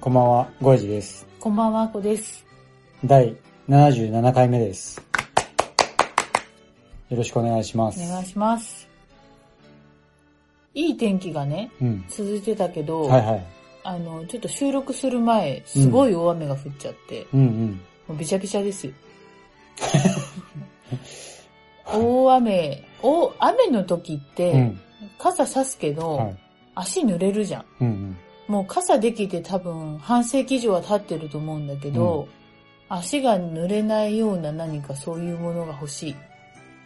こんばんは、ゴエジです。こんばんはあこです第77回目です。よろしくお願いします。お願いしますいい天気がねうん。続いてたけど、はいはい。あのちょっと収録する前すごい大雨が降っちゃって、うんうん。もうびちゃびちゃですよ。 大雨、大雨の時って、うん。傘差すけど、はい。足濡れるじゃん。うんうん。もう傘できて多分半世紀以上は経ってると思うんだけど、足が濡れないような何かそういうものが欲し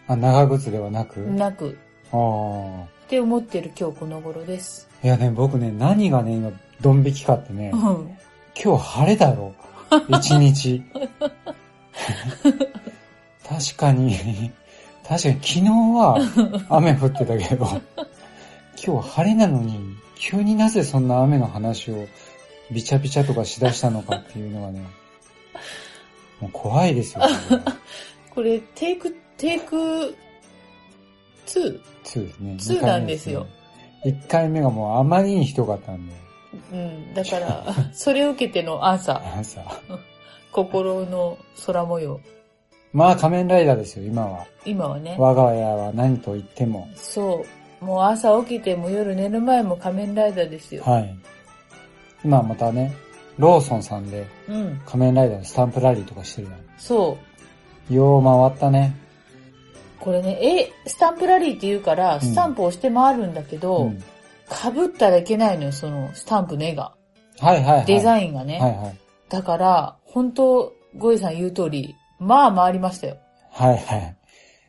あ、長靴ではなく、い。なく、ああ。って思ってる今日この頃です。いやね、僕ね、何がね、今、ドン引きかってね う、ん。今日晴れだろ。 一日。確かに、確かに昨日 は雨降ってたけど、今日晴れなのに、急になぜそんな雨の話をびちゃびちゃとかしだしたのかっていうのがね、もう怖 いですよ、これはこれ、テイク、テイク 2? 2ですね。 2なんですよ1回目がもうあまりにひどかったんで、うん。だ から、それを受けてのアンサー。朝。心の空模様。まあ仮面ライダーですよ、今は。今はね。我が家は何と言っても。そう。もう朝起きても夜寝る前も仮面ライダーですよ。はい。今またね、ローソンさんでうん。仮面ライダーのスタンプラリーとかしてるやそう。ん。よう回ったね。これね、え、スタンプラリーって言うから、スタンプ押して回るんだけど、ん。被ったらいけないのよ、そのスタンプの絵が。はいはいはい。デイザインがね。はいはい。だから、本当ゴイさん言う通り、まあ回りましたよ。はいはい。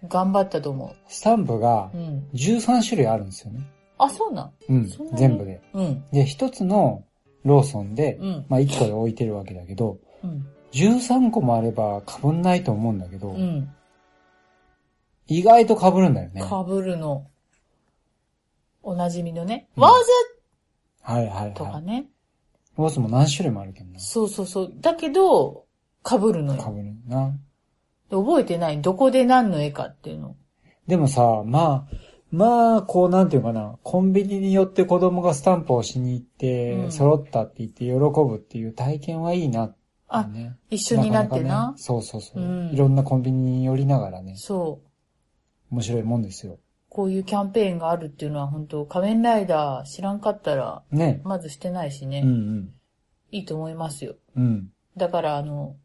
頑張ったと思スタンプがう。うん。 13種類あるんですよね。あ、そうなんうんそんな。に全部で。うん。で、一つのローソンで、うん。まあ一個で置いてるわけだけど、うん。 13個もあれば被んないと思うんだけど、うん。意外と被るんだよね。は被るの。おなじみのね。うんわざいはいとかはい。ね。ローソンも何種類もあるけどな。そうそうそう。だけど、被るのよ。被るな。で覚えてない。どこで何の絵かっていうの。でもさ、まあ、まあ、こうなんていうかな、コンビニによって子供がスタンプをしに行って、うん揃ったって言って喜ぶっていう体験はいいな、ね。あね、一緒になってな。かなかねそうそうそう、うんいろんなコンビニに寄りながらね、そう。面白いもんですよ。こういうキャンペーンがあるっていうのは本当仮面ライダー知らんかったら、ね。まずしてないしね。うんうん。いいと思いますよ。うん。だから、あの、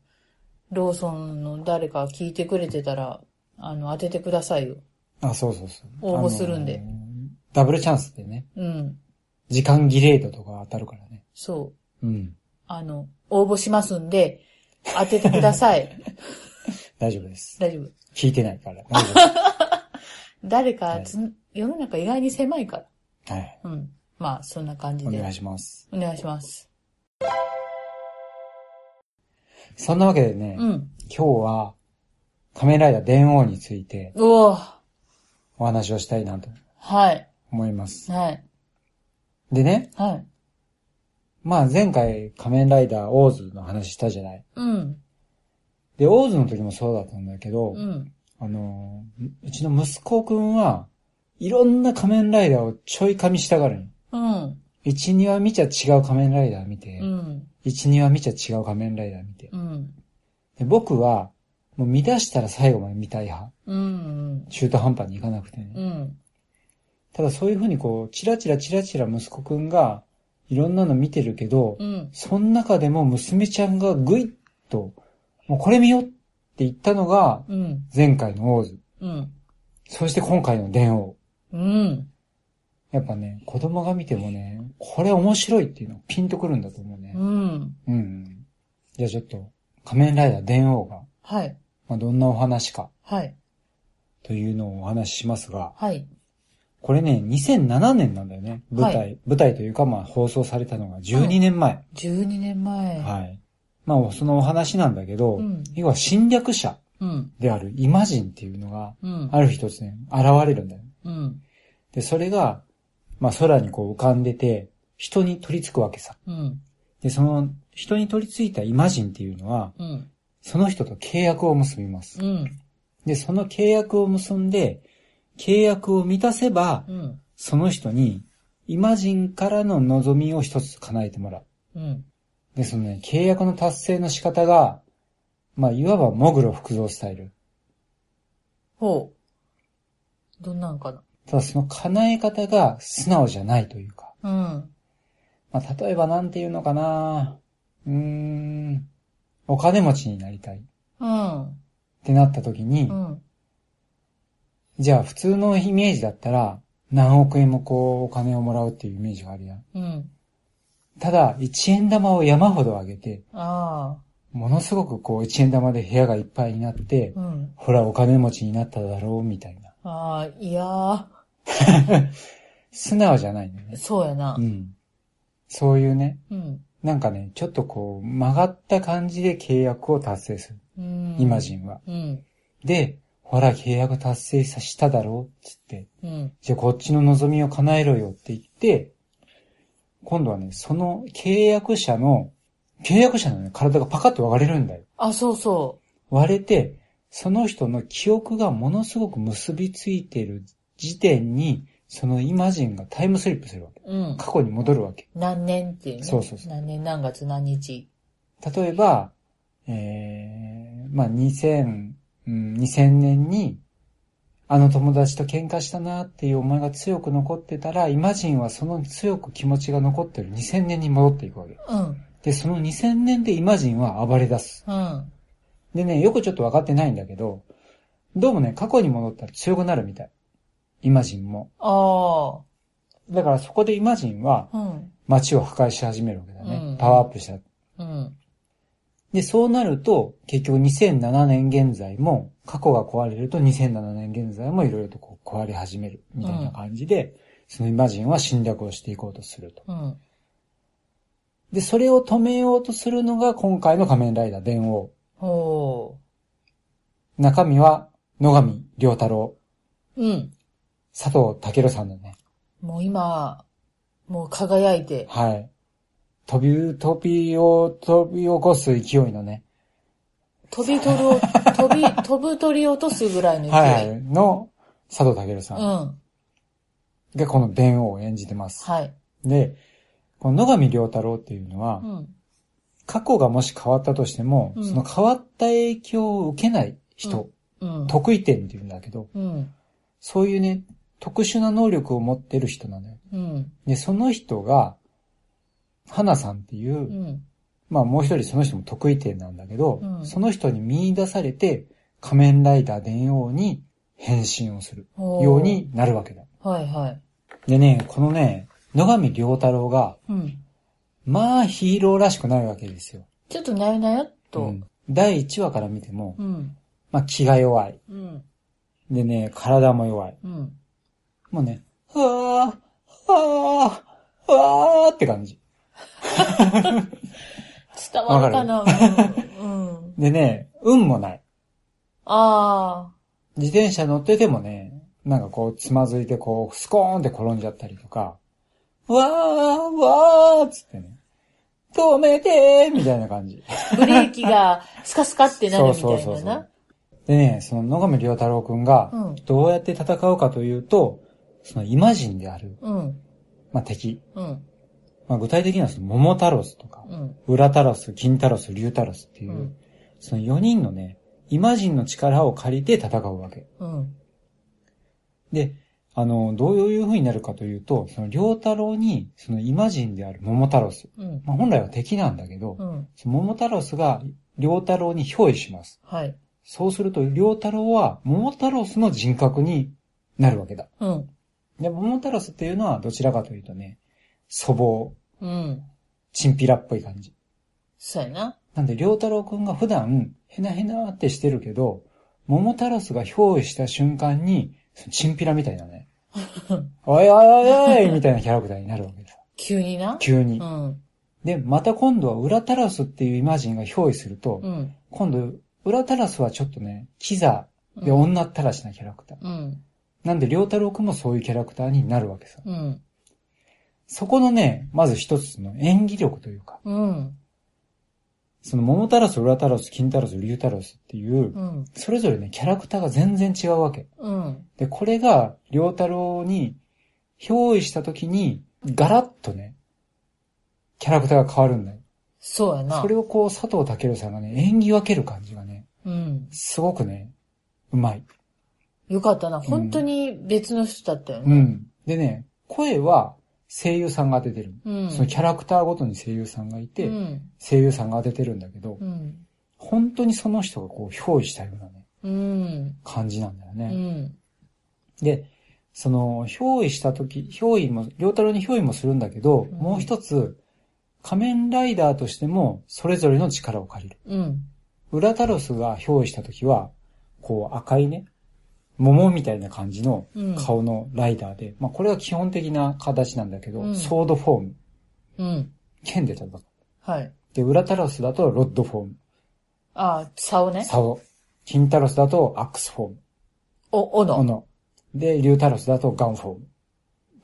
ローソンの誰か聞いてくれてたら、あの、当ててくださいよ。あ、そうそうそう。応募するんであのー。ダブルチャンスでね、うん。時間ギレードとか当たるからね。そう。うん。あの、応募しますんで、当ててくださ い。大丈夫です。大丈夫。聞いてないから。大丈誰かつん、世の中意外に狭いから。 夫。はい。うん。まあ、そんな感じおで。願いします。お願いします。そんなわけでね、うん。今日は、仮面ライダー電王についてうおーお話をしたいなとはい。思います。はい。でね、はい。まあ前回仮面ライダーオーズの話したじゃない。うん。で、オーズの時もそうだったんだけど、うん。あのー、うちの息子くんはいろんな仮面ライダーをちょい噛みしたがるうの。ん。一、二話見ちゃ違う仮面ライダー見てう、ん。一、二話見ちゃ違う仮面ライダー見て。うん。で僕は、もう見出したら最後まで見たい派。うん。中途半端にいかなくてね。うん。ただそういうふうにこう、チラチラチラチラ息子くんが、いろんなの見てるけど、うん。その中でも娘ちゃんがぐいっと、もうこれ見よって言ったのが、うん。前回の王子。うん。そして今回の伝王。うん。やっぱね、子供が見てもね、これ面白いっていうのがピンとくるんだと思うねう。ん。うんうん。じゃあちょっと、仮面ライダー伝王が、はい。まあ、どんなお話かはい。というのをお話ししますが、はい。これね、2007年なんだよね。舞台、は舞台というか、まあ、放送されたのが12年前。 12年前。はい。まあ、そのお話なんだけど、うん要は侵略者うん。であるイマジンっていうのが、うん。ある日突然現れるんだよ。うん。で、それが、まあ、空にこう浮かんでて、人に取り付くわけさ。うん。で、その、人に取り付いたイマジンっていうのは、うん。その人と契約を結びます。うん。で、その契約を結んで、契約を満たせば、うん。その人に、イマジンからの望みを一つ叶えてもらうう。ん。で、そのね、契約の達成の仕方が、まあ、いわば、モグロ複造スタイル。ほう。どんなんかただ、その叶え方が素直じゃないというか。な。うん。まあ、例えばなんていうのかなうーん、お金持ちになりたいっうん。てなった時に、うん。じゃあ普通のイメージだったら、何億円もこう、お金をもらうっていうイメージがあるやん。うん。ただ、一円玉を山ほど上げて、ああ。ものすごくこう、一円玉で部屋がいっぱいになって、うん。ほら、お金持ちになっただろう、みたいな。ああ、いやー。素直じゃないのね。そうやなう。ん。そういうね、うん。なんかね、ちょっとこう、曲がった感じで契約を達成する。うん。イマジンは。うん。で、ほら、契約達成さしただろうっつって、うん。じゃあこっちの望みを叶えろよって言って、今度はね、その契約者の、契約者のね、体がパカッと割れるんだよ。あ、そうそ割れて、その人の記憶がものすごく結びついてる時点に、そのイマジンがタイムスリップするわけ。う。うん。過去に戻るわけ。何年っていうね。そうそうそう何年何月何日。例えば、えー、まあ、2000、うん、2000年に、あの友達と喧嘩したなっていう思いが強く残ってたら、イマジンはその強く気持ちが残ってる2000年に戻っていくわけ。うん。で、その2000年でイマジンは暴れ出す。うん。でね、よくちょっと分かってないんだけど、どうもね、過去に戻ったら強くなるみたい。イマジンも。あだからそこでイマジンはあ。うん。街を破壊し始めるわけだね。うんパワーアップした。うん。で、そうなると、結局2007年現在も、過去が壊れると2007年現在もいろいろとこう壊れ始めるみたいな感じで、そのイマジンは侵略をしていこうとすると。うん。で、それを止めようとするのが今回の仮面ライダー電王。ほ中身は野上良太郎、う。うん。佐藤健さんだね。もう今、もう輝いて。はい。飛び、飛びを、飛び起こす勢いのね。飛び鳥 を、飛び、飛ぶ鳥を落とすぐらいの勢い。はい、はい。の佐藤健さんうん。がこの電王を演じてます。はい。で、この野上良太郎っていうのはう、ん。過去がもし変わったとしても、うんその変わった影響を受けない人、うん。得意点っていうんだけど、うん。そういうね、特殊な能力を持ってる人なんだよ。うん。で、その人が、花さんっていう、うん。まあもう一人その人も得意点なんだけど、うんその人に見出されて、仮面ライダー電王に変身をするほよう。になるわけだ。はいはい。でね、このね、野上良太郎が、うん。まあヒーローらしくないわけですよ。ちょっとなよなよっうと。ん第1話から見ても、うん。まあ気が弱い。うん。でね、体も弱い。うん。もうね、ふわー、はー、はーって感じ。伝わるかなうん。うんでね、運もない。あ自転車乗っててもね、なんかこう、つまずいてこう、スコーンって転んじゃったりとか、わー、わーっつってね、止めてーみたいな感じ。あ。ブレーキがスカスカってなるそうみたそういそうななそう。。でね、その野上良太郎くんがうん、どうやって戦うかというと、そのイマジンである、うん。まあ、敵。うん。まあ、具体的にはその桃太郎とか、うん。裏タロス、金タロス、竜タロスっていう、うんその4人のね、イマジンの力を借りて戦うわけ。うん。で、あの、どういう風になるかというと、その両太郎に、そのイマジンである桃太郎ス、うん。まあ、本来は敵なんだけど、うん。その桃太郎スが両太郎に憑依します。はい。そうすると両太郎は桃太郎スの人格になるわけだ。うん。で、桃太郎スっていうのはどちらかというとね、粗暴、うん。チンピラっぽい感じ。そうやな。なんで、良太郎くんが普段、へなへ なってしてるけど、桃太郎が憑依した瞬間に、そのチンピラみたいなね、おいおいおいおいみたいなキャラクターになるわけです。急にな。急にう。ん。で、また今度は裏タラスっていうイマジンが憑依すると、うん。今度、裏タラスはちょっとね、キザでうん女たらしなキャラクター。うん。なんで、りょうたろうくんもそういうキャラクターになるわけさ。うん。そこのね、まず一つの演技力というか、うん。その桃タラス、裏タラス、金タラス、竜タラスっていうう、ん。それぞれね、キャラクターが全然違うわけ。うん。で、これが、りょうたろうに、憑依した時に、ガラッとね、キャラクターが変わるんだよ。そうやな。それをこう、佐藤健さんがね、演技分ける感じがね、うん。すごくね、うまい。よかったな。本当に別の人だったようね。ん。でね、声は声優さんが当ててる。うん。そのキャラクターごとに声優さんがいて、うん。声優さんが当ててるんだけど、うん。本当にその人がこう、憑依したようなね、うん。感じなんだようね。ん。で、その、憑依した時憑依も、両太郎に憑依もするんだけど、んもう一つ、仮面ライダーとしても、それぞれの力を借りる。うん。ウラタロスが憑依した時は、こう赤いね、桃みたいな感じのうん。顔のライダーで、まあこれは基本的な形なんだけど、うんソードフォーム。うん。剣で戦う。はい。で、ウラタロスだとロッドフォーム。ああ、竿ね。竿。キンタロスだとアックスフォーム。お、斧。斧。で、リュウタロスだとガンフォーム。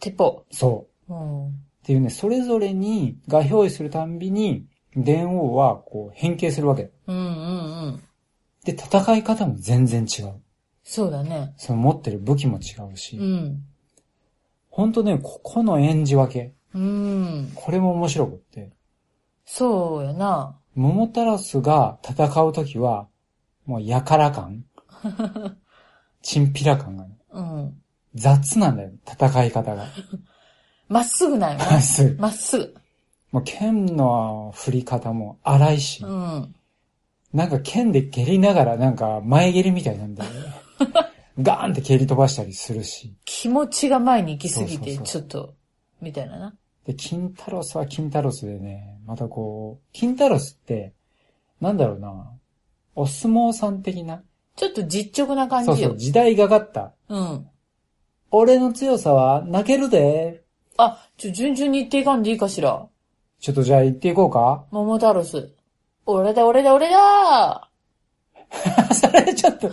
鉄砲。そう。うん。っていうね、それぞれに、が憑依するたんびに、電王はこう変形するわけ。うんうんうん。で、戦い方も全然違う。そうだね。その持ってる武器も違うし。うん。ほんとね、ここの演じ分け。うん。これも面白くって。そうやな。桃太郎スが戦うときは、もうやか ら感チンピラ感がね、うん。雑なんだよ、戦 い方が。まっすぐなんよ まな。ず、まっすぐ。もう剣の振り方も荒いし、うん。なんか剣で蹴りながらなんか前蹴りみたいな んだよね。ガーンって蹴り飛ばしたりするし。気持ちが前に行きすぎて、そうちそょっと、みたいなな。で、金太郎スは金太郎スでね、またこう、金太郎スって、なんだろうな、お相撲さん的な、ちょっと実直な感そうじそよう、。時代がかった。うん。俺の強さは泣けるで。あ、ちょ、順々に言っていかんでいいかしら。ちょっとじゃあ行っていこうか。 桃太郎ス。俺だ、俺だ、俺だそれちょっと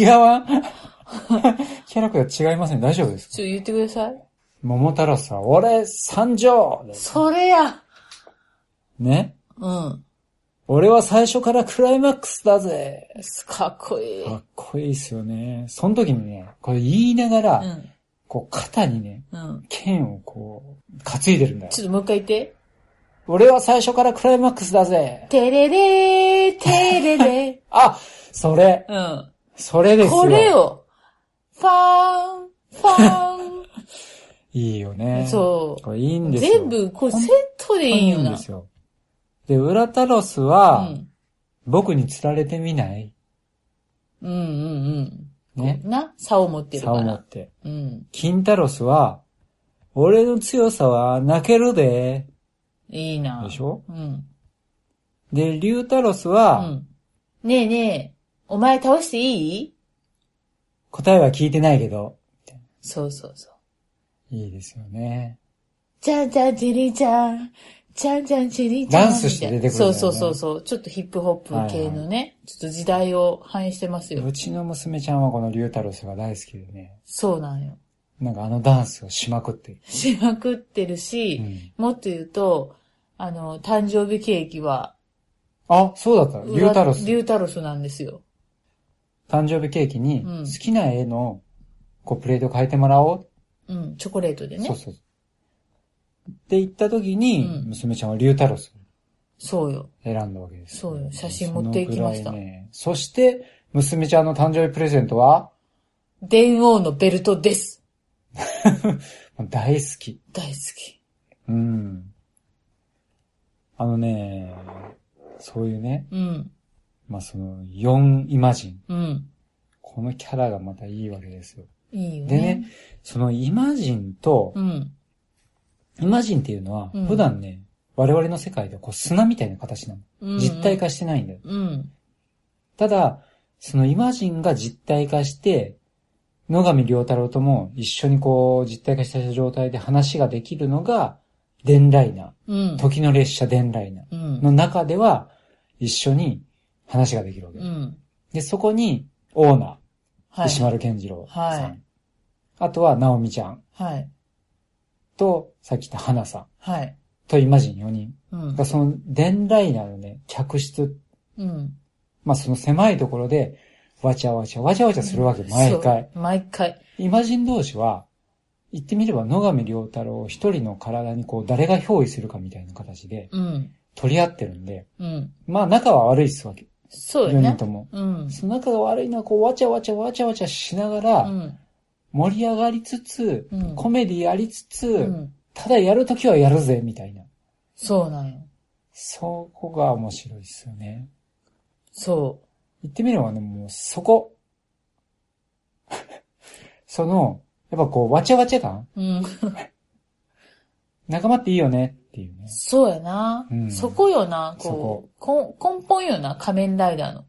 違わん。 キャラクター違いません。大丈夫ですかちょ、言ってください。桃太郎さん、俺三条それやねうん。俺は最初からクライマックスだぜ。かっこいい。かうっこいいっすよね。その時にね、これ言いながら、ん。こう肩にね、うん。剣をこう、担いでるんだよ。ちょっともう一回言って。俺は最初からクライマックスだぜ。てれれー、てれれあ、それ、ー。 それうでん。すよ。これを、ファーン、ファいいよー ね。ン。そう。これいいんですよ。全部、こう、セットでいいよんなで。すよ。で、ウラタロスうは、ん。僕に釣られてみないうんうんうん。ね。な、竿を持ってるか竿持らっ。て。うん。金太郎スは、俺の強さは泣けるで。いいな。でしょうん。で、竜太郎スうは、ん。ねえねえ、お前倒していい答えは聞いてないけど。そうそうそう。いいですよね。じゃんじゃんジェリーちゃん。じゃんじゃんジェリーちゃん。ダンスして出てくるんだそようねそうそうそう。ちょっとヒップホップ系のね、ちょっと時代を反映してますよ。うちの娘ちゃんはこの竜太郎スが大好きでね。そうなんよ。なんかあのダンスをしまくってる。しまくってるうし、ん。もっと言うと、あの、誕生日ケーキは、あ、そうだった。竜太郎ス。竜太郎スなんですよ。誕生日ケーキに、うん好きな絵の、こう、プレート変えてもらおううん、チョコレートでね。そそううそう。って言った時に、うん娘ちゃんは竜太郎さんをよ。選んだわけです。そうよ写真持っていきましたそのくらいね、そして、娘ちゃんの誕生日プレゼントは、電王のベルトです。もう大好き。大好き。うん。あのね、そういうね、うん、まあ、その、4イマジン。うん。このキャラがまたいいわけですよ。いいよでねね。、そのイマジンと、うん、イマジンっていうのはうん、普段ね、我々の世界ではこう砂みたいな形なの。うん。実体。化してないんだよ。うん、ただ、そのイマジンが実体化して、野上良太郎とも一緒にこう、実体化した状態で話ができるのが、伝来な、うん。時の列車伝来なうん。の中では、一緒に話ができるわけ。うん。で、そこに、オーナー、はい。石丸健次郎さん。はいあとは、直美ちゃんはい。と、さっき言った花さんはい。と、イマジン4人。うんだから。その、伝来なのね、客室うん。まあその狭いところで、わちゃわちゃ、わちゃわちゃするわけ、毎回。そう。毎回。イマジン同士は、言ってみれば野上良太郎一人の体にこう誰が憑依するかみたいな形でうん。取り合ってるんで、うん。まあ仲は悪いっすわけ。そうよ4人ね。とも。うん。その仲が悪いのはこうわちゃわちゃわちゃわちゃしながうら、ん。盛り上がりつつ、うんコメディありつうつ、ん。ただやるときはやるぜ、みたいな。そうなんよ。そこが面白いっすよね。そ言ってみればね、もうそこ。 その、やっぱこう、わちゃわちゃ感う。うん。仲間っていいよねっていうね。そうやなう。んそこよな、そこう。こん根本よな、仮面ライダーの。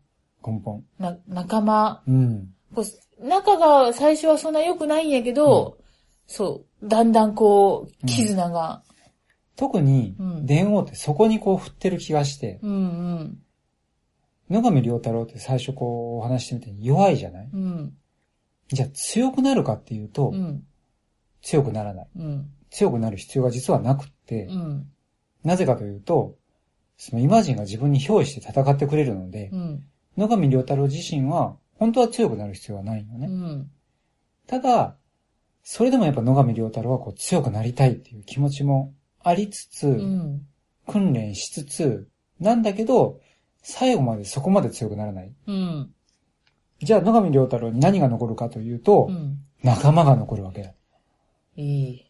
根本。な、仲間。うん。こう、仲が最初はそんな良くないんやけど、そう、だんだんこう、絆が。特にう、ん電王ってそこにこう振ってる気がして、うん野上良太郎って最初こうお話ししてみて弱いじゃないうん。うん。じゃあ強くなるかっていうとう、ん。強くならない。うん。強くなる必要が実はなくってう、ん。なぜかというと、そのイマジンが自分に憑依して戦ってくれるのでう、ん。野上良太郎自身は本当は強くなる必要はないようね。ん。ただ、それでもやっぱ野上良太郎はこう強くなりたいっていう気持ちもありつつ、うん。訓練しつつ、なんだけど、最後までそこまで強くならない。うん。じゃあ野上良太郎に何が残るかというと、うん。仲間が残るわけだ。いい。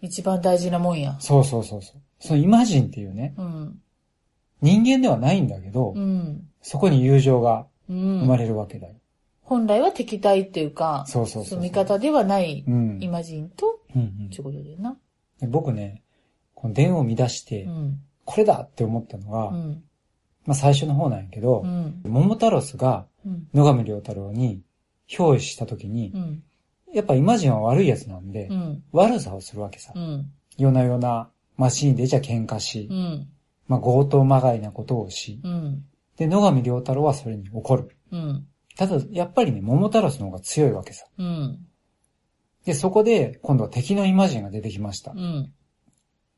一番大事なもんや。そうそうそうそう。そのイマジンっていうね、うん。人間ではないんだけど、うん。そこに友情がう生まん。れるわけだよ。本来は敵対っていうか、そうそうそうそう味方ではないうん。うんイマジンと、うんちゅうことでな。で僕ね、この電を乱して、うん。これだって思ったのが、うん。まあ最初の方なんやけどう、ん。桃太郎スがうん。野上良太郎に憑依した時にう、ん。やっぱイマジンは悪いやつなんで、うん。悪さをするわけさう。ん。夜な夜な、マシーンでじゃ喧嘩しう、ん。まあ強盗まがいなことをし、うん。で、野上良太郎はそれに怒る。うん。ただ、やっぱりね、桃太郎の方が強いわけさ。うん。で、そこで、今度は敵のイマジンが出てきましたう。ん。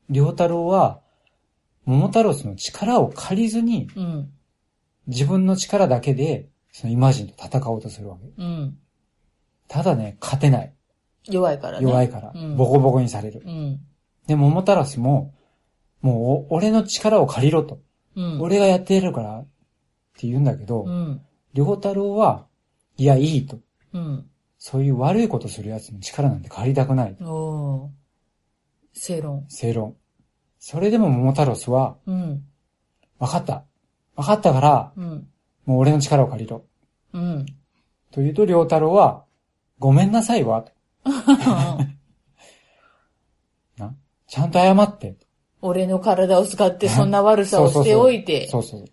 良太郎は、桃太郎の力を借りずに、うん。自分の力だけで、そのイマジンと戦おうとするわけ。うん。ただね、勝てない。弱いからね。弱いからう、んボコボコにされる。うん。で、桃太郎も、もう、お俺の力を借りろと。うん。俺がやってやるから、って言うんだけど、うん。良太郎は、いや、いいと。うん。そういう悪いことする奴の力なんて借りたくない。おー。正論。正論。それでも桃太郎氏は、うん。分かった。分かったから、うん。もう俺の力を借りろ。うん。と言うと、良太郎は、ごめんなさいわ。な。ちゃんと謝って。俺の体を使ってそんな悪さをしておいて。そうそう。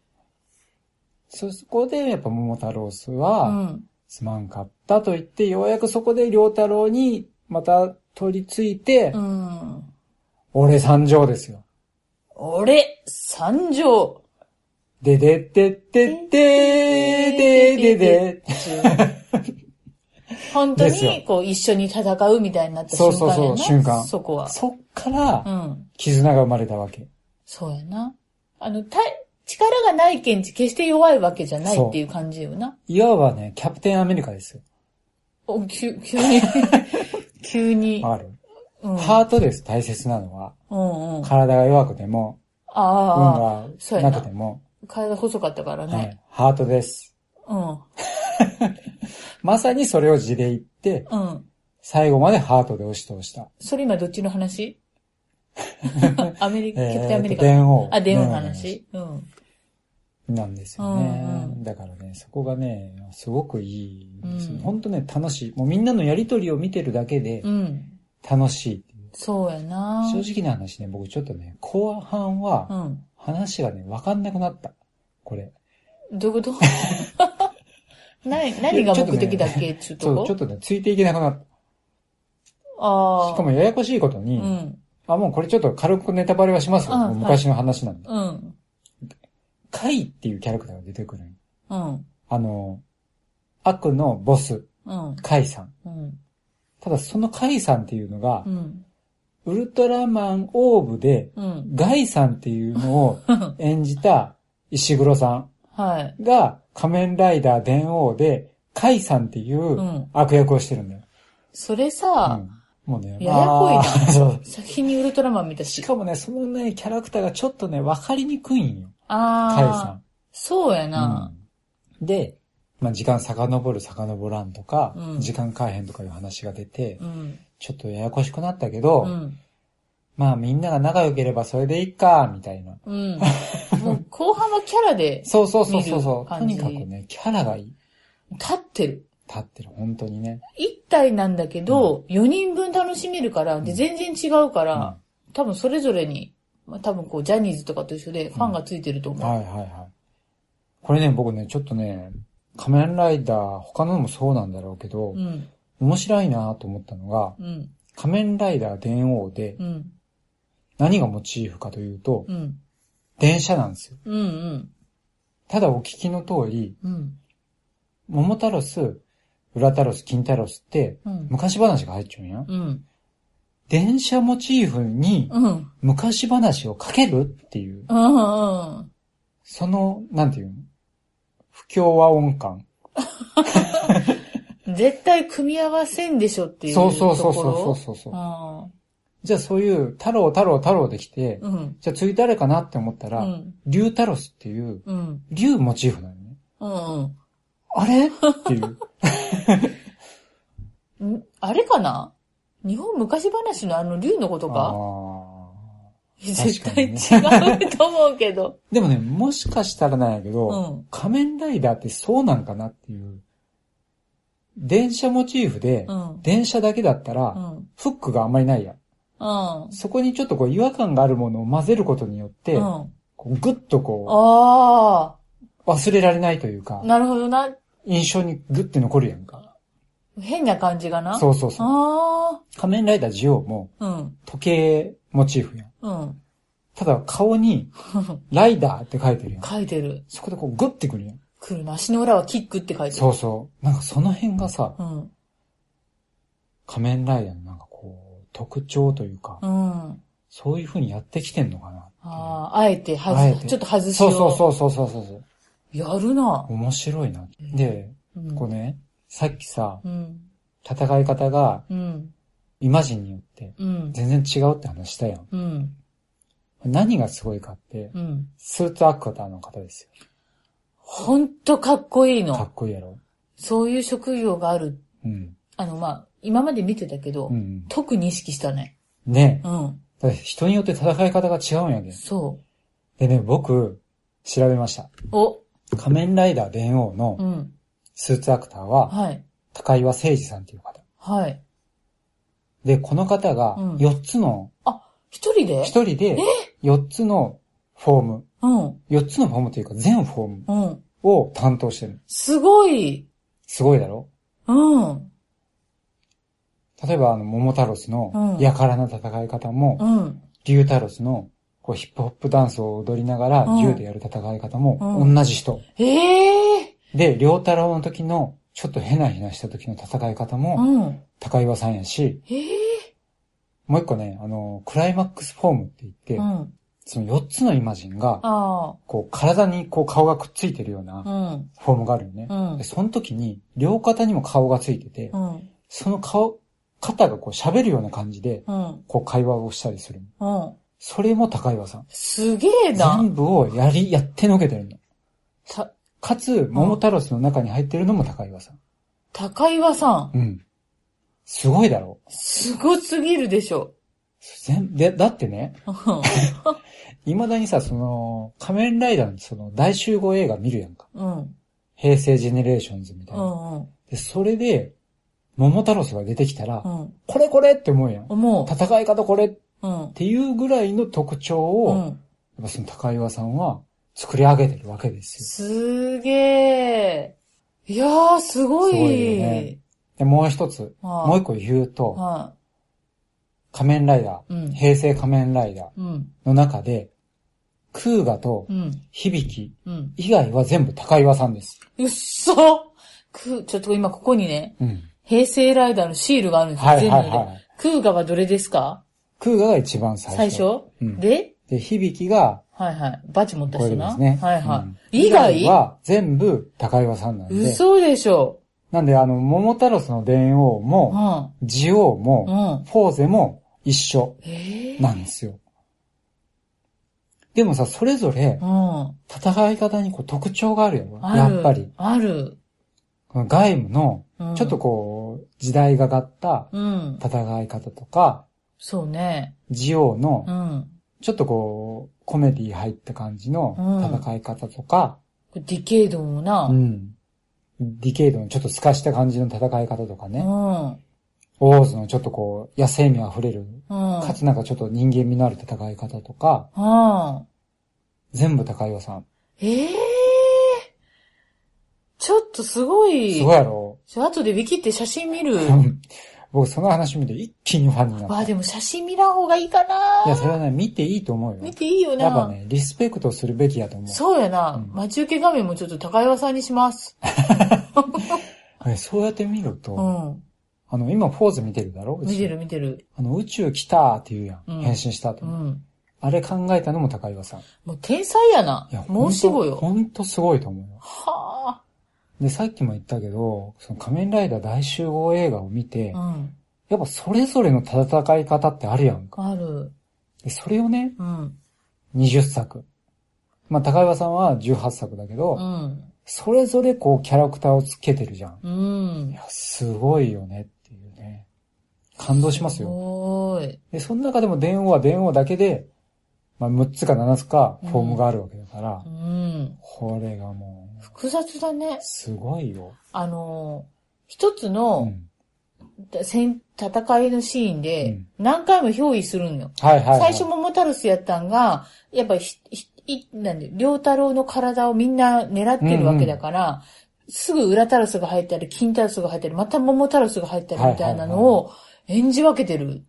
そ、そこで、やっぱ桃太郎氏うは、ん。すまんかったと言って、ようやくそこで良太郎に、また取り付いて、うん。俺参上ですよ。俺、三条。ででってってってででで。 本当ですよに、こう、一緒に戦うみたいになった瞬間やな。そうそうそう瞬間そこは。そっかうら、ん。絆が生まれたわけ。そうやな。あの、た、力がないけんち、決して弱いわけじゃないっていう感じよな。いわばね、キャプテンアメリカですよ。お、急、急に、 急に。わかる、うん。ハートです、大切なのは。うんうん。あ体が弱くても、運あ、がそうやななくても、体細かったからはね。い、ハートです。うん。まさにそれを字で言って、うん。最後までハートで押し通した。それ今どっちの 話アメリカ、キャプテンアメリえーとカ。電王。あ、電話の話。うん。なんですよね、うんうんだからね、そこがね、すごくいいんですよ、うん本当ね、楽しい。もうみんなのやりとりを見てるだけでうん。楽しいっていう。そうやな正直な話ね、僕ちょっとね、後半はうん。 話がね、わかんなくなった。これ。どういうことな何が目的だっけっちゅうそとう、ちょこっとね、ついていけなくなっあた。あ。しかもややこしいことうに、ん。あ、もうこれちょっと軽くネタバレはしますよ。うんもう昔の話なんで。うん。カイっていうキャラクターが出てくるんうん。あの、悪のボス、うん。カイさん。うん。ただそのカイさんっていうのがう、ん。ウルトラマンオーブで、うん。ガイさんっていうのを演じた石黒さはい。。んが仮面ライダー電王で、カイさんっていううん悪役をしてるんだよ。それうさ、んもうね、ややこいなまあそう先にウルトラマン見たしし。かもね、そのね、キャラクターがちょっとね、わかりにくいんよ。カイああ。さそうやん。な。うんで、まあ、時間遡る遡らんとか、うん時間改変とかいう話が出て、うん。ちょっとややこしくなったけど、うん。まあみんなが仲良ければそれでいいか、みたいな。うん。もう後半はキャラでそうそうそうそ見るうそう。と感じにかくね、キャラがいい立ってる。立ってる、本当にね。一体なんだけど、4人分楽しめるから、で、うん全然違うから、多分それぞれに、まあ多分こう、ジャニーズとかと一緒でファンがついてるとうん思はう。いはいはい。これね、僕ね、ちょっとね、仮面ライダー、他のもそうなんだろうけど、うん、面白いなと思ったのが、うん、仮面ライダー電王でうん、何がモチーフかというと、うん、電車なんですよ。うん、うん、ただお聞きの通り、うん、桃太郎ス、裏太郎ス、金太郎スってうん、昔話が入っちゃうんや。うん、電車モチーフにうん、うん、昔話をかけるっていう、うん、その、なんていうの不協和音感。絶対組み合わせんでしょっていうとこそうろ。そうそうそうそうそう。あじゃあそういう太郎太郎太郎できて、ーうん、じゃあ次誰かなって思ったうら、ん、竜太郎スっていう、うん、竜モチーフなのね。うん、あれっていう。うん。んあれかな日本昔話のあの竜のことあかー絶確か対に違ね うと思うけど。でもね、もしかしたらなんやけど、うん仮面ライダーってそうなんかなっていう。電車モチーフで、うん、電車だけだったら、うん、フックがあんまりないやん。うん。そこにちょっとこう違和感があるものを混ぜることによって、うん。こうグッとこあう、忘れられないというあ、か、なるほどな。印象にグッて残るやんか。変な感じがな。う。そうそうそう。あ仮面ライダージオウもあ、うん、時計モチーフやん。うん。ただ顔 に、ライダーって書いてるやん。書いてる。そこでこうグッてくるやん。来るな。足の裏はキックって書いてる。そうそう。なんかその辺がさ、うん。仮面ライダーのなんかこう、特徴というか、うん。あそういう風にやってきてんのかなっていう。あー、あえてあえ外てす。ちょっと外しそようう。そうそうそうそうそう。やるな。面白いな。で、うん。こうね、さっきさ、うん。戦い方がうん。イマジンによってうん。全然違うって話したやん。うん。何がすごいかって、うん。スーツアクターの方ですほんとかっこいいよ。かのっ。こいいやろ。そういう職業がある。うん。あの、まあ、今まで見てたけど、うん。特に意識したね。ねうん。だから人によって戦い方が違うんやで。そでね、僕、調べました。う。お、仮面ライダー電王うのん。スーツアクターは、はい。高岩誠二さんっていう方。はい。で、この方がうん4つの、一人で一人で4つのフォーム、うん。 4つのフォームというか全フォームうん。を担当してる。すごい。すごいだろうん。うん。例えば、あの、桃太郎氏のうんやからな戦い方も、うん。竜太郎氏のこうヒップホップダンスを踊りながらうん竜でやる戦い方もうん同じ人。ええで、両太郎の時のちょっとヘナヘナした時の戦い方ー。もうん。高岩さんやし、ええもう一個ね、あの、クライマックスフォームって言って、ー。うん。その4つのイマジンが、あこう体にこう顔がくっついてるようなあ。うん。フォームがあるよね。うんで、その時に、両肩にも顔がついてて、うん。その顔、肩がこう喋るような感じで、うん。こう会話をしたりする。うん。それも高岩さん。すげえな。全部をやり、やってのけてるの。た、かつ、桃太郎の中に入ってるのも高岩さん。高岩さん。うん。すごいだろすごすぎるでしょ。全で、だってね、うん。未だにさ、その、仮面ライダーのその大集合映画見るやんか。うん。平成ジェネレーションズみたいうな。ん。うんで、それで、桃太郎が出てきたら、うん。これこれって思うやん。思戦い方これっう。うん。ていうぐらいの特徴うを、やっん。ぱその高岩さんは作り上げてるわけですよ。すげえ。いやー、すごい。すごいよねで、もう一つ、はいもう一個言うと、は仮面ライダい。うんー、。平成仮面ライダーうん。の中で、空ガとうん。響うん。以外は全部高岩さんです。うっそく、ちょっと今ここにね、うん。平成ライダーのシールがあるんですよ、はいはい全部はで。い。クーガはどれですか空ガが一番最初。最初うんでで、響が、はいはい。バチ持ったこれ人でな。すね。はいはうんい。以外は全部高岩さんなんで。嘘でしょ。なんで、あの、桃太郎その伝王うも、ん。ジオうウも、ん。フォーゼも一緒ええなんですよ。でもさ、それぞれうん。戦い方にこう特徴があるよ。ある。やっぱり。。ある。この外務の、うんちょっとこう、時代がかったうん。戦い方とか、そうね。ジオウのう、ん。ちょっとこう、コメディ入った感じのうん戦い方とか、これディケイドもな。ううん。ん。ディケイドのちょっと透かした感じの戦い方とかね、うん。オーズのちょっとこう、野生味あふれる、うん。かつなんかちょっと人間味のある戦い方とか、うん。全部高岩さん。ええちょっとすごい。すごいやろ、ちょ後でウィキって写真見る。僕その話見て一気にファンになわっあ、た。いでも写真見らん方がいいかなや、それはね、見ていいと思うよ見。ていいよなやっぱね、リスペクトするべきだと思う。そうやな。うん待ち受け画面もちょっと高岩さんにします。えそうやって見ると、うん。あの、今ポーズ見てるだろうち見てる見てる。あの、宇宙来たーって言うやん。うん変身した後、うん。あれ考えたのも高岩さん。いもう天才やな。や、申し子よ。ほんとすごいと思うよ。はで、さっきも言ったけど、その仮面ライダー大集合映画を見て、あ。うん。やっぱそれぞれの戦い方ってあるやんか。ある。で、それをね、うん。 20作。まあ、高岩さんは18作だけど、うん。それぞれこうキャラクターをつけてるじゃん。ういん。や、すごいよねっていうね。感動しますすよ。ごーい。で、その中でも電王は電王だけで、まあ、6つか7つかフォームがあるわけだから、うん。これがもう、複雑だね。すごいよ。あのー、一つうのん。戦戦いのシーンうでん何回も憑依するんよ。はいはい、は最い。初、桃太郎スやったんが、やっぱひ、ひ、いなんで、両太郎の体をみんな狙ってるわけだから、すぐ裏タロスが入ったり、金タロスが入ったり、また桃タロスが入ったりみたいなのを演じ分けてる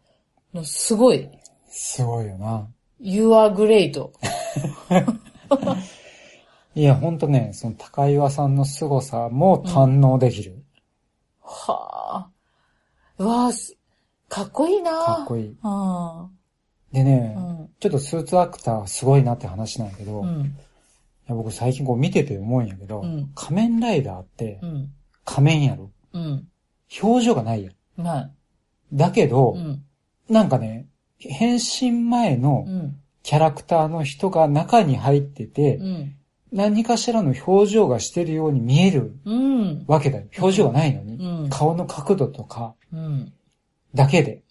のすごい。すごいよな。 You are great. いや、ほんとね、その高岩さんの凄さも堪能できる。はあ。うわあ、すかっこいいなかっこいい。あでね、あうん。ちょっとスーツアクターすごいなって話なんやけど、ういん。や僕最近こう見てて思うんやけど、うん仮面ライダーってうん。仮面やろ。うん。表情がないやん。ない。だけど、うん。なんかね、変身前のうん。キャラクターの人が中に入ってて、うん。何かしらの表情がしてるように見えるうん。わけだよ。表情がないのに。うん。顔の角度とかうん。だけで。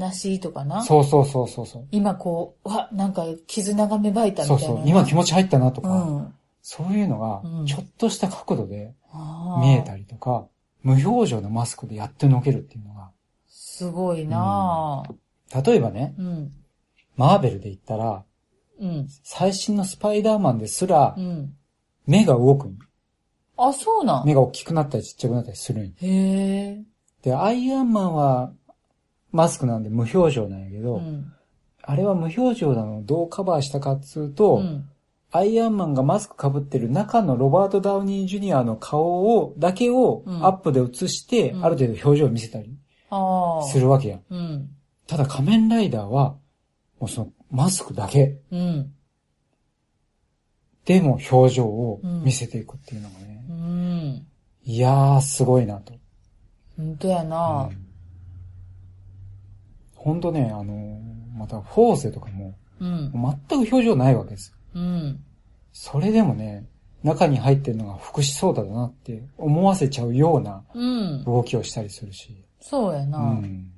悲しいとかな。そうそうそうそうそう。今こう、うわ、なんか絆が芽生えたみたそいうな。そう。今気持ち入ったなとうか、ん。そういうのがうん、ちょっとした角度であー見えたりとか、無表情のマスクでやってのけるっていうのが、すごいなぁ。例えばね、うん。マーベルで言ったら、うん。最新のスパイダーマンですらう、ん。目が動くん。あ、そうなん。目が大きくなったりちっちゃくなったりするん。へえ。で、アイアンマンは、マスクなんで無表情なんやけど、うん。あれは無表情なのをどうカバーしたかっつうと、うん。アイアンマンがマスク被ってる中のロバート・ダウニー・ジュニアの顔を、だけをうんアップで映して、うんある程度表情を見せたりああ。す。るわけやん。うん。ただ仮面ライダーは、もうそのマスクだけうん。でも表情を見せていくっていうのがね、うん。いやーすごいなと。ほんとやなうんほんとね、あのーまたフォーゼとかもぁ。うん。全く表情ないわけですうよ。ん。それでもね、中に入ってるのが福祉ソーダだなって思わせちゃうようなうん。動きをしたりするし。そうやうなぁ。ん。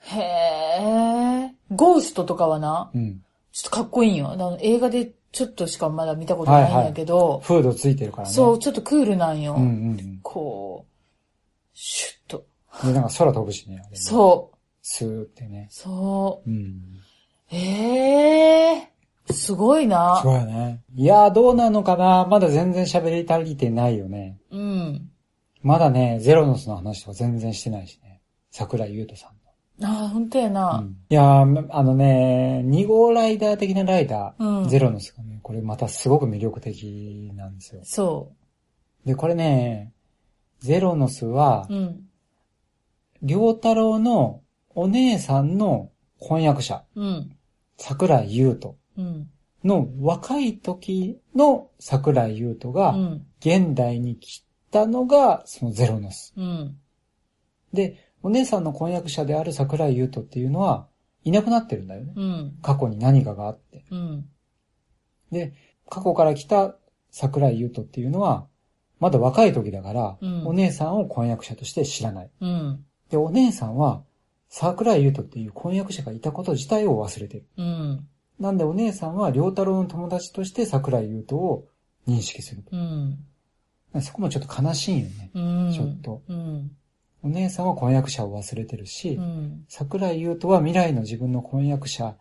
へえ。ゴーストとかはな、うん。ちょっとかっこいいんよ。あの映画でちょっとしかまだ見たことないんだけど、フードついてるからね。そう、。ちょっとクールなんよ。うんうんうん。こう、シュッと。で、なんか空飛ぶしね。あれねそう、スーってね。そうん。う。ええー。すごいなす。ごいよね。いやー、どうなのかなまだ全然喋り足りてないよね。うん。まだね、ゼロノスの話とか全然してないしね。桜井優斗さんああ、ほんとやの。うな。んいやー、あのね、2号ライダー的なライダー、うんゼロノスがね、これまたすごく魅力的なんですよ。そで、これね、ゼロノスはう。う、ん。りょうたろうのお姉さんの婚約者、うん。桜井優斗うん。の若い時の桜井優斗うが、ん。現代に来たのが、そのゼロノス。うん。で、お姉さんの婚約者である桜井優斗っていうのは、いなくなってるんだよね。うん。過去に何かがあって。うん。で、過去から来た桜井優斗っていうのは、まだ若い時だから、うんお姉さんを婚約者として知らない。うん。で、お姉さんは、桜井優斗っていう婚約者がいたこと自体を忘れてる。うん。なんでお姉さんは、良太郎の友達として桜井優斗を認識する。うん。そこもちょっと悲しいよね。うん。ちょっと。うん。お姉さんは婚約者を忘れてるし、うん。桜井優斗は未来の自分の婚約者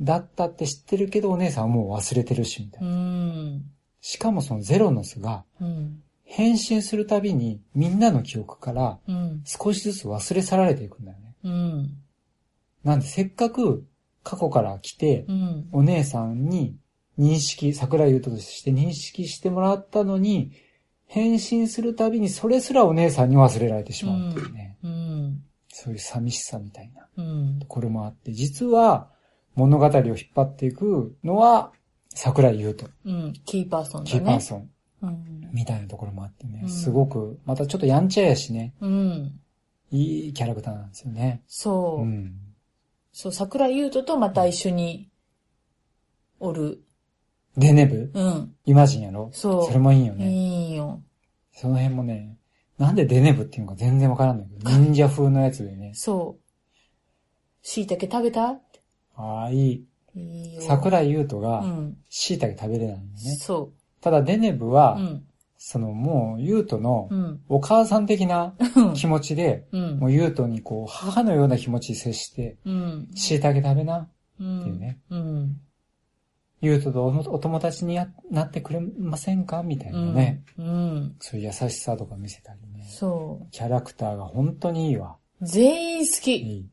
だったって知ってるけど、お姉さんはもう忘れてるし、みたいうな。ん。しかもそのゼロノスが、うん。変身するたびにみんなの記憶からうん。少しずつ忘れ去られていくんだよね。うん。なんでせっかく過去から来て、うん。お姉さんに認識、桜井優斗として認識してもらったのに、変身するたびにそれすらお姉さんに忘れられてしまうっていうね。うん。そういう寂しさみたいな。うん。これもあって、実は物語を引っ張っていくのは桜井優斗、うん。キーパーソンだキね。ーパーソンうん。みたいなところもあってね、うんすごく、またちょっとやんちゃやしね、うん。いいキャラクターなんですよね。そうう。ん。そう、桜井優斗とまた一緒におる。で、ネブ、うん。イマジンやろそうそれもいいよね。いいよ。その辺もね、なんでデネブっていうのか全然わからんないけど、忍者風のやつでね。そう。椎茸食べたってああ、いい。いいよ。桜井優斗うが、ん。椎茸食べれないんだよね。そただ、デネブう。は、うん。そのもう、優斗のうん。お母さん的なうん気持ちで、うんも。う、ゆうとにこう、母のような気持ちに接して、うん。しいたけ食べな。うん。ていうねうん。ゆうととおお友達にやなってくれませんかみたいなうん。ね。うん。そういう優しさとか見せたりね。そキャラクターが本当にいいわ。う。全員好いき。い。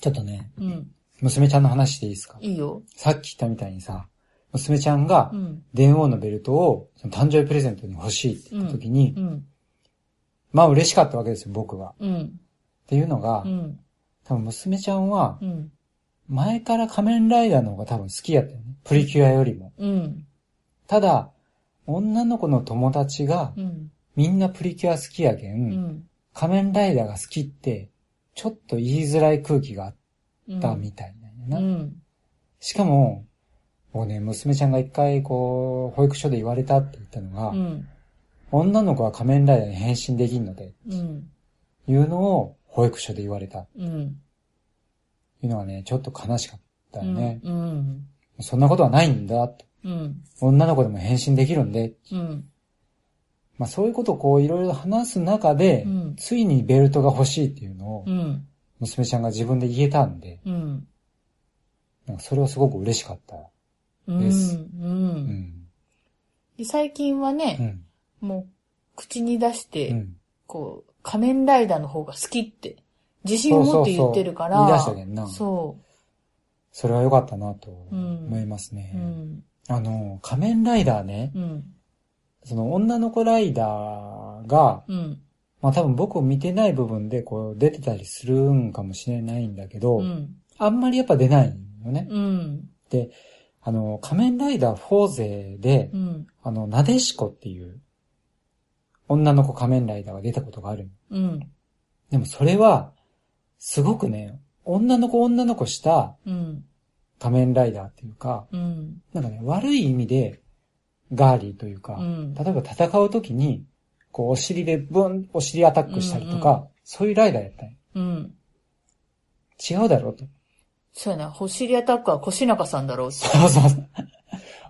ちょっとね、うん。娘ちゃんの話していいですかいいよ。さっき言ったみたいにさ、娘ちゃんがう、ん。電王のベルトを、その誕生日プレゼントに欲しいって言った時に、うん。まあ嬉しかったわけですよ、僕は。うん。っていうのが、うん。多分娘ちゃんは、うん。前から仮面ライダーの方が多分好きやったよね。プリキュアよりも。うん。ただ、女の子の友達がうん。みんなプリキュア好きやけ、うんん。仮面ライダーが好きって、ちょっと言いづらい空気があっうん。たみたいなんやうな。ん。しかも、僕ね、娘ちゃんが一回こう、保育所で言われたって言ったのが、うん。女の子は仮面ライダーに変身できんので、うん。いうのを保育所で言われた。うん。いうのがね、ちょっと悲しかったよね。うん。そんなことはないんだ、とうん。女の子でも変身できるんで、うん。まあそういうことをこういろいろ話す中で、うんついにベルトが欲しいっていうのをう、ん。娘ちゃんが自分で言えたんで、うん。なんかそれはすごく嬉しかった。う。ですうんん。うん。最近はうね、ん。もう、口に出しうて、ん。こう、仮面ライダーの方が好きって、自信そをうそ持っうてそ言う。ってるから、言い出したけんな。そそれは良かったなと思いますねう。う。ん。あの、仮面ライダーね、うん。その女の子ライダーが、うん。まあ多分僕を見てない部分でこう出てたりするんかもしれないんだけど、うん。あんまりやっぱ出ないよね。うん。で、あの、仮面ライダー4勢で、うん。あの、なでしこっていう、女の子仮面ライダーが出たことがある。うん。でもそれは、すごくね、女の子女の子したうん。仮面ライダーっていうか、うん。なんかね、悪い意味で、ガーリーというか、うん例えば戦う時に、こう、お尻でブン、お尻アタックしたりとか、うんそういうライダーやったんようん。違うだろうと。そうやな、ホシリアタックは腰中さんだろうってそうそ うそう。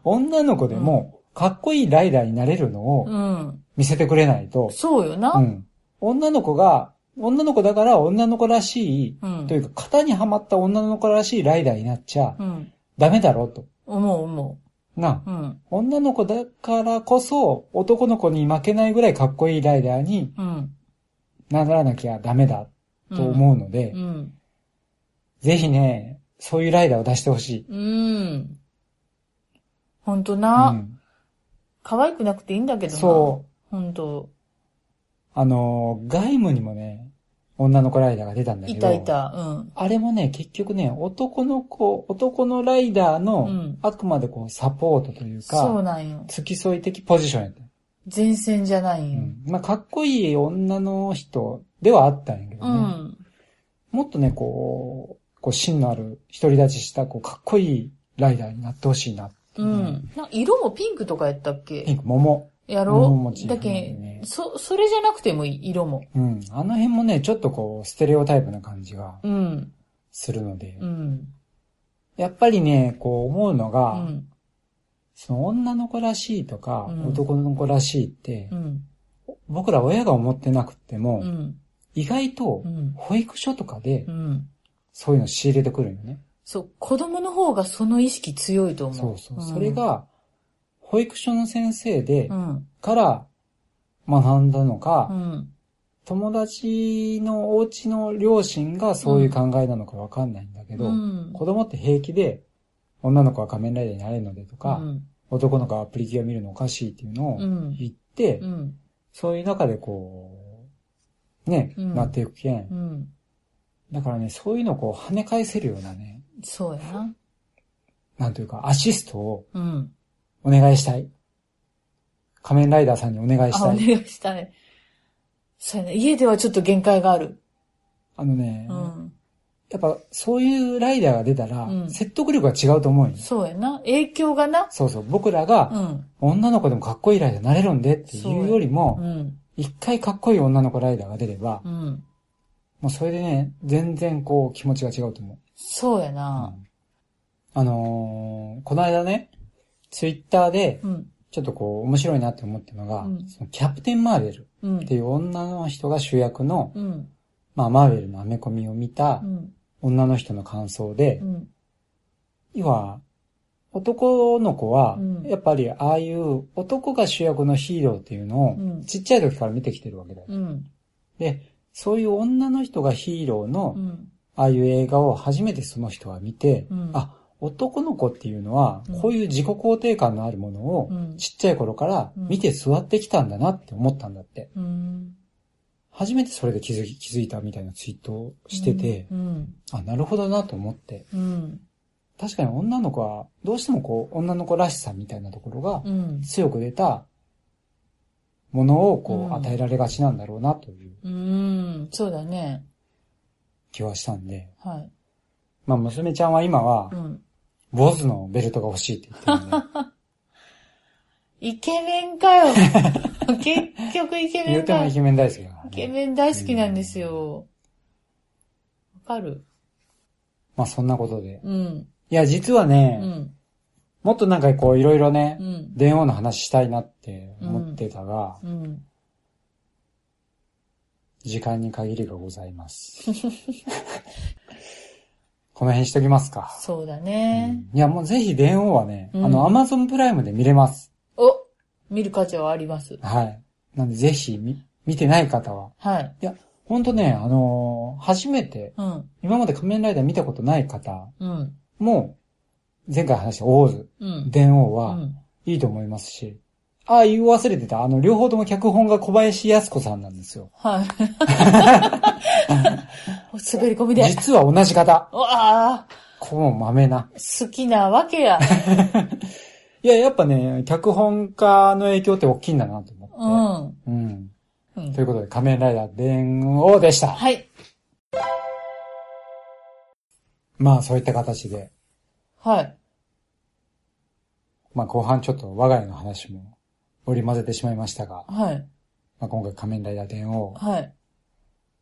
女の子でも、かっこいいライダーになれるのをうん。見せてくれないと、そうよな。うん。女の子が女の子だから女の子らしい、うんというか、型にはまった女の子らしいライダーになっちゃうん。ダメだろうと。思う思なあ、う。うん。女の子だからこそ男の子に負けないぐらいかっこいいライダーにうん。ならなきゃダメだと思うので、うん。ぜひね、そういうライダーを出してほしい。うん。ほんとうな。ん可愛くなくていいんだけどな。。そうほんと。あのー、外務にもね、女の子ライダーが出たんだけど。いたいた。うん。あれもね、結局ね、男の子、男のライダーの、うんあくまでこう、サポートというか、そうなんよ。付き添い的ポジションやった。前線じゃないんうよ。ん。まあ、かっこいい女の人ではあったんやけどうね。ん。もっとね、こう、こう、芯のある、独り立ちした、こう、かっこいいライダーになってほしいなってういうね、ん。な色もピンクとかやったっピンけク、桃。や桃ろも違ううだけねそ、それじゃなくてもいい、色も。うん。あの辺もね、ちょっとこう、ステレオタイプな感じがうん。するので。うん。やっぱりね、こう、思うのうが、ん。その女の子らしいとか、うん男の子らしいって、うん。僕ら親が思ってなくっても、うん。意外とう、ん。保育所とかでう、ん。そういうの仕入れてくるよね。そう、子供の方がその意識強いとそ思うう。そう。んそれ、が、保育所の先生でう、ん。から学んだのか、うん。友達のお家の両親がそういう考えなのかわかんないんだけうど、ん子供って平気で、女の子は仮面ライダーになれるのでとか、うん。男の子はプリキュア見るのおかしいっていうのをうん言って、うん。そういう中でこう、ね、うんなっていくけんう。ん。だからね、そういうのをこう跳ね返せるようなね、そうやな。なんというかアシストをうん。お願いしたい。仮面ライダーさんにお願いしあ、おた願い。いしたい。そうやね。家ではちょっと限界がある。あのね、うん。やっぱそういうライダーが出たらう、ん説得力が違うと思うよね。そうやな。影響がな。そうそう、僕らうがん。女の子でもかっこいいライダーになれるんでってそういようよりうも、ん。一回かっこいい女の子ライダーが出れば、うん。もうそれでね、全然こう気持ちが違うと思う。そうやあな。のーこの間ね、ツイッターで、うん。ちょっとこう面白いなって思ってるのが、うんそのキャプテン・マーベルうんって。いう女の人が主役の、うん。まあマーベルのアメコミを見たうん。女の人の感想で、うん。要は、男の子はうん、やっぱりああいう男が主役のヒーローっていうのをうん、ちっちゃい時から見てきてるわけだよ。うん。で、そういう女の人がヒーローのう、ん。ああいう映画を初めてその人は見て、うんあ、男の子っていうのはうん、こういう自己肯定感のあるものをう、ん。ちっちゃい頃から見て座ってきたんだなって思ったんだって。うん。初めてそれで気づき、気づいたみたいなツイートをしてて、うん。あ、なるほどなと思って。うん。確かに女の子は、どうしてもこう、女の子らしさみたいなところがう、ん。強く出たものをうこんう、与えられがちなんだろうなといううん。そうだね。気はしたんで。はい。まあ、娘ちゃんは今はう、ん。坊主のベルトが欲しいって言っ てるんで、イケメンか よ。結局イケメ言ンうてかもよ。イイケメン大好きだからねケメン大好きなんですよ。わかるまあ、そんなことで。うん。いや、実はうね、ん。もっとなんかこう、いろいろねう、ん。電王の話したいなって思ってたが、うん。時間に限りがござ います。この辺しときますか。そうだうねん。いや、もうぜひ電王はね、うんあの、アマゾンプライムで見れます。お見る価値はあります。はい。なんで、ぜひ、み、見てない方は。はい。いや、ほんとね、あのー初めて、うん。今まで仮面ライダー見たことない方うん。も、前回話したオーズ、うん。電王うは、ん。いいと思いますし。ああ、言う忘れてた。あの、両方とも脚本が小林靖子さんなんですよ。はい。滑り込みで。実は同じ方。うわあ、この豆な。好きなわけや。いや、やっぱね、脚本家の影響って大きいんだなとう思っん。て。うん。うんということで、仮面ライダー電王でした。はい。まあ、そういった形で、はい。まあ、後半ちょっと我が家の話も織り混ぜてしまいましたが、はい。まあ、今回仮面ライダー電王。はい。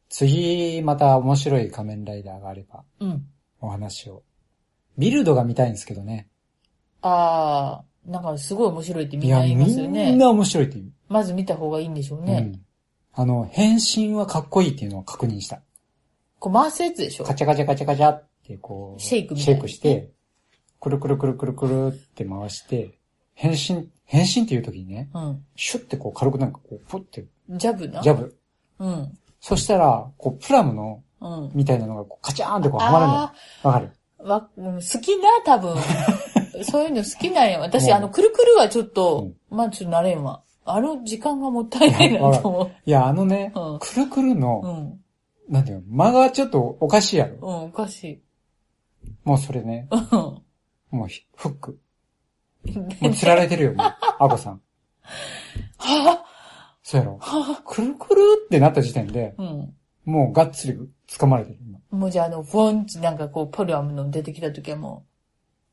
次、また面白い仮面ライダーがあれば、うん。お話を。ビルドが見たいんですけどね。ああ、なんかすごい面白いってみいんなや、言いますよみんね。な面白いって言う。まず見た方がいいんでしょううね。ん。あの、変身はかっこいいっていうのを確認した。こう回すやつでしょカチャカチャカチャカチャってこう、シェイクみたシいェなイクして、くるくるくるくるくるって回して、変身、変身っていう時にね、うん。シュってこう軽くなんかこう、ポッて、ッ。ジャブなジャブ。うん。そしたら、こう、プラムの、うん。みたいなのがこうカチャーンってこうはまるのよあ。わかるあ、わ、うん好きな、多 分。そういうの好きなんや。私、うんあの、くるくるはちょっと、まあちょっと慣れんわ。あの時間がもったいないなと思いや、あのね、うんくるくるう。の、うん。なんていうの、間がちょっとおかしいやろ。うん、おかしい。もうそれね、うん。もうひフック。もう釣られてるよ、もう。アコさん。はそうやろ。くるくるってなった時点で、ぁうん。もうがっつり掴まれてる。今もうじゃあ、あの、フォンチなんかこう、ポルアムの出てきた時はも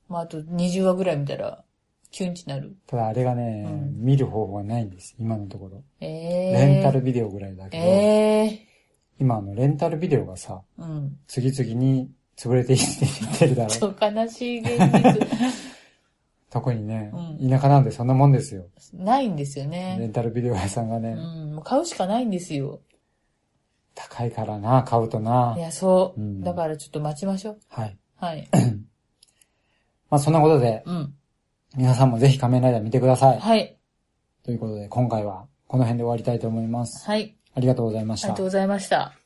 う、まあ、あと20話ぐらい見たら、キュンチなる。ただあれがね、うん見る方法がないんです、今のところ。ええレンタルビデオぐらいだけど、ええ今あのレンタルビデオがさ、うん。次々に潰れていってるだちろ。ょっと悲しい現実。特にね、う田舎なんでそんなもんですよ。ないんですよレンね。タルビデオ屋さんがね、うん、もう買うしかないんですよ。。高いからな、買うとないや、そう。うんだからちょっと待ちましょう。はい。はい。まあそんなことで、うん。皆さんもぜひ仮面ライダー見てください。はい。ということで、今回はこの辺で終わりたいと思います。はい。ありがとうございましありがたとう。ございました。